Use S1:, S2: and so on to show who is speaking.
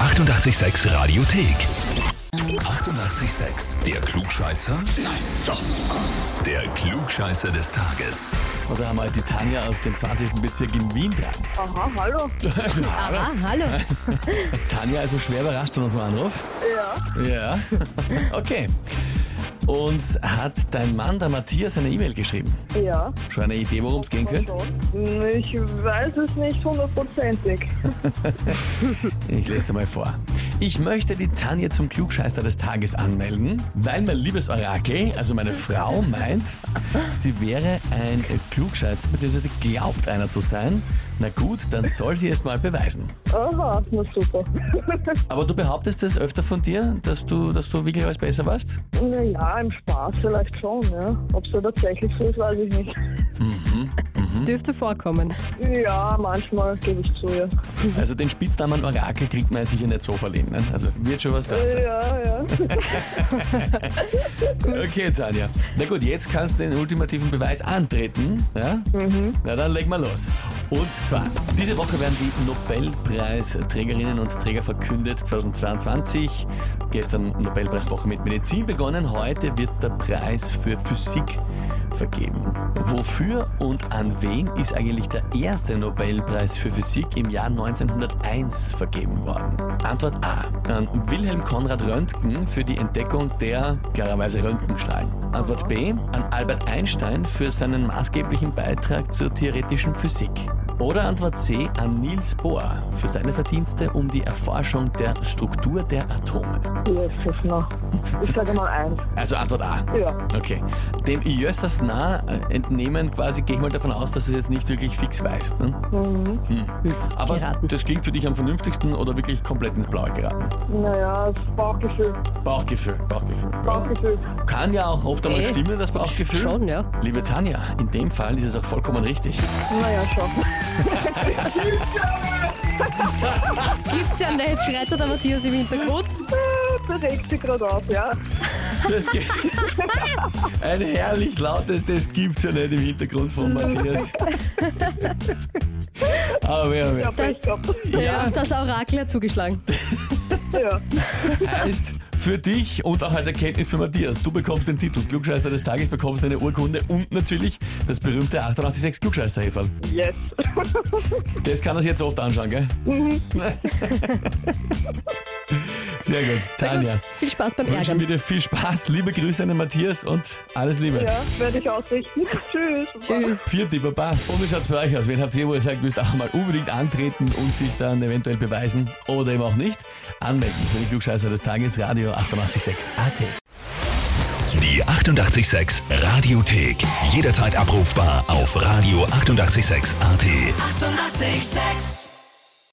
S1: 886 Radiothek. 88,6. Der Klugscheißer? Nein, doch. Der Klugscheißer des Tages.
S2: Oder haben wir die Tanja aus dem 20. Bezirk in Wien dran?
S3: Aha, hallo.
S2: Aha.
S4: Ah, hallo.
S2: Tanja also schwer überrascht von unserem Anruf?
S3: Ja,
S2: Ja. Okay. Uns hat dein Mann, der Matthias, eine E-Mail geschrieben.
S3: ja.
S2: Schon eine Idee, worum es gehen könnte?
S3: Schon. Hm, Ich weiß es nicht hundertprozentig.
S2: Ich lese dir mal vor. Ich möchte die Tanja zum Klugscheißer des Tages anmelden, weil mein liebes Orakel, also meine Frau, meint, sie wäre ein Klugscheißer, beziehungsweise glaubt einer zu sein. Na gut, dann soll sie es mal beweisen.
S3: Aha, na super.
S2: Aber du behauptest es öfter von dir, dass du, dass du wirklich alles besser warst?
S3: naja, im Spaß vielleicht schon, ja. Ob es ja tatsächlich so ist, weiß ich nicht.
S4: Es dürfte vorkommen.
S3: Ja, manchmal gebe ich zu, ja.
S2: Also den Spitznamen Orakel kriegt man sicher nicht so verliehen. Ne? Also wird schon was dran sein.
S3: Ja, ja.
S2: Okay, Tanja. Na gut, jetzt kannst du den ultimativen Beweis antreten. Ja? Na dann legen wir los. Und zwar, diese Woche werden die Nobelpreisträgerinnen und Träger verkündet 2022. Gestern Nobelpreiswoche mit Medizin begonnen. Heute wird der Preis für Physik vergeben. Wofür und an wen ist eigentlich der erste Nobelpreis für Physik im Jahr 1901 vergeben worden? Antwort A. An Ähm, Wilhelm Konrad Röntgen für die Entdeckung der klarerweise Röntgenstrahlen. Antwort B. An Albert Einstein für seinen maßgeblichen Beitrag zur theoretischen Physik. Oder Antwort C. An Niels Bohr für seine Verdienste um die Erforschung der Struktur der Atome.
S3: Jesus, na. Ich sage mal eins.
S2: Also Antwort A.
S3: Ja,
S2: Okay. Dem Jössers nah entnehmen quasi gehe ich mal davon aus, dass du es jetzt nicht wirklich fix weißt. Ne?
S3: mhm.
S2: Aber
S4: Geraten.
S2: das klingt für dich am vernünftigsten oder wirklich komplett ins Blaue geraten?
S3: naja, das Bauchgefühl.
S2: Bauchgefühl, Bauchgefühl.
S3: Bauchgefühl.
S2: Kann ja auch oft einmal
S4: Äh,
S2: stimmen, das Bauchgefühl.
S4: Schon, ja.
S2: Liebe Tanja, in dem Fall ist es auch vollkommen richtig.
S3: Naja, schon.
S4: Gibt's ja nicht, schreit der Matthias im Hintergrund.
S3: Da regt sie gerade auf, ja.
S2: Das geht. Ein herrlich lautes, das gibt's ja nicht im Hintergrund von
S4: Mhm.
S2: Matthias. Aber ja,
S3: Ja,
S4: Das-
S3: Pech gehabt.
S4: Ja.
S2: Ja.
S4: das Orakel hat zugeschlagen.
S3: Ja.
S2: heißt für dich und auch als Erkenntnis für Matthias, du bekommst den Titel Klugscheißer des Tages, bekommst eine Urkunde und natürlich das berühmte 886 klugscheißer -Häferl.
S3: Yes.
S2: Das kann das jetzt oft anschauen, gell?
S4: Mhm.
S2: Sehr gut.
S4: Na gut,
S2: Tanja,
S4: viel Spaß beim
S2: wünschen
S4: Ärgern.
S2: wir dir viel Spaß. Liebe Grüße an den Matthias und alles Liebe.
S3: ja, werde ich ausrichten. Tschüss.
S4: Tschüss.
S2: Vierte Baba. Und wie schaut's bei euch aus? Wen habt ihr, wo ihr sagt, müsst auch mal unbedingt antreten und sich dann eventuell beweisen oder eben auch nicht? Anmelden für die Klugscheißer des Tages, Radio 886 AT.
S1: Die 88,6 Radiothek. Jederzeit abrufbar auf radio886.at. 88,6.
S5: Eighty-eight, sex.